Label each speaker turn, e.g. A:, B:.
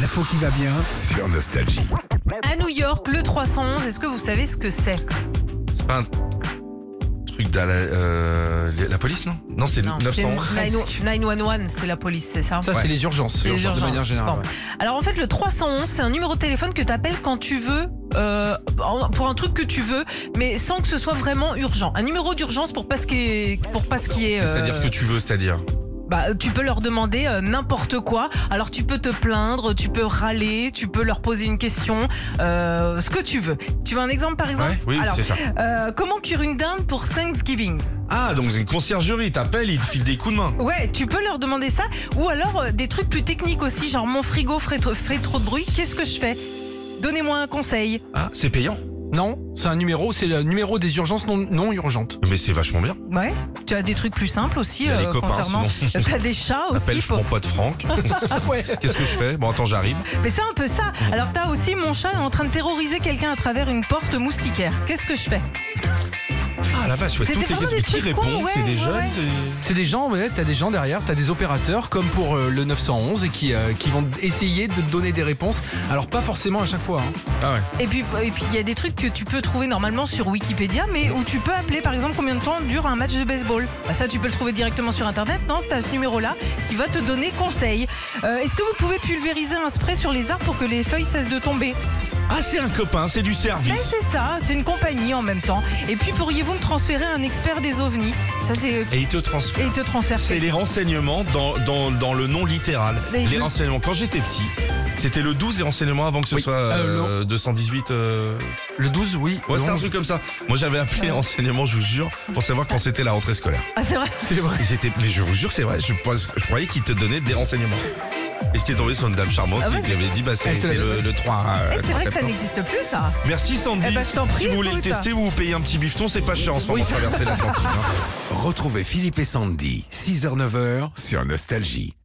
A: L'info qui va bien.
B: sur Nostalgie.
C: À New York, le 311, est-ce que vous savez ce que c'est
D: C'est pas un truc de la, police, non Non, c'est
C: Non, c'est
D: 900.
C: 911, 911, c'est la police, c'est ça
A: Ça, c'est les urgences.
C: Les
A: de
C: urgences.
A: manière générale.
C: Bon.
A: ouais.
C: Alors en fait, le 311, c'est un numéro de téléphone que t'appelles quand tu veux, euh, en- pour un truc que tu veux, mais sans que ce soit vraiment urgent. Un numéro d'urgence pour pas ce qui est, pour pas ce qui est. euh,
D: C'est-à-dire que tu veux, c'est-à-dire.
C: Bah, tu peux leur demander euh, n'importe quoi. Alors tu peux te plaindre, tu peux râler, tu peux leur poser une question, euh, ce que tu veux. Tu veux un exemple par exemple
D: Oui,
C: Alors,
D: c'est ça.
C: euh, comment cuire une dinde pour Thanksgiving
D: Ah, donc c'est une conciergerie, t'appelles, ils te filent des coups de main.
C: Ouais, tu peux leur demander ça. Ou alors euh, des trucs plus techniques aussi, genre mon frigo ferait, tro- ferait trop de bruit, qu'est-ce que je fais Donnez-moi un conseil.
D: Ah, c'est payant.
A: Non, c'est un numéro, c'est le numéro des urgences non, non urgentes.
D: Mais c'est vachement bien.
C: Ouais, tu as des trucs plus simples aussi
D: Il y a les
C: euh,
D: copains,
C: concernant. T'as des chats aussi.
D: Appelle
C: faut- Ah
D: mon pote Franck. Qu'est-ce que je fais Bon, attends, j'arrive.
C: Mais c'est un peu ça.
D: Mm.
C: Alors t'as aussi mon chat est en train de terroriser quelqu'un à travers une porte moustiquaire. Qu'est-ce que je fais
D: Ah, la vache, ouais,
C: C'était
D: toutes les
C: vraiment
D: questions.
C: des
D: Mais
C: trucs
D: qui
C: cons,
D: répond
C: ouais,
D: C'est des
C: ouais,
D: jeunes
C: ouais.
D: des-
A: C'est des gens, ouais, t'as des gens derrière, t'as des opérateurs comme pour euh, le 911 et qui, euh, qui vont essayer de te donner des réponses. Alors pas forcément à chaque fois. hein.
D: Ah ouais.
C: Et puis et puis il y a des trucs que tu peux trouver normalement sur Wikipédia, mais où tu peux appeler par exemple combien de temps dure un match de baseball. Bah, ça tu peux le trouver directement sur internet. Non, t'as ce numéro là qui va te donner conseil. Euh, Est-ce que vous pouvez pulvériser un spray sur les arbres pour que les feuilles cessent de tomber
D: Ah, c'est un copain, c'est du
C: Mais
D: service.
C: c'est ça, c'est une compagnie en même temps. Et puis pourriez-vous me transférer un expert des ovnis Ça c'est
D: Et il te transfère.
C: et il te transfère.
D: C'est les renseignements dans, dans, dans le nom littéral.
C: Les-
D: Les renseignements. Quand j'étais petit, c'était le 12 les renseignements avant que ce
A: Oui.
D: soit
A: Euh,
D: euh, 218. euh,
A: Le 12, oui.
D: Ouais,
A: le
D: c'était un
A: 11,
D: truc comme ça. Moi, j'avais appelé les renseignements, je vous jure, pour savoir quand c'était la rentrée scolaire.
C: Ah c'est vrai.
A: c'est vrai.
D: Et j'étais, mais je vous jure, c'est vrai. Je, pense- je croyais qu'ils te donnaient des renseignements. Et j'étais tombé sur une dame charmante
C: Ah ouais.
D: qui avait dit, bah, c'est
A: Elle te
D: c'est
A: l'avait
D: le,
A: pas
D: le 3. euh,
C: Eh, c'est
D: 3
C: vrai que ça
D: septembre.
C: n'existe plus ça.
D: Merci Sandy.
C: Eh ben, je t'en prie,
D: si vous voulez le
C: écoute.
D: tester, vous vous payez un petit bifton, c'est pas cher en ce moment traverser l'Atlantique. hein.
B: Retrouvez Philippe et Sandy, 6h-9h sur Nostalgie.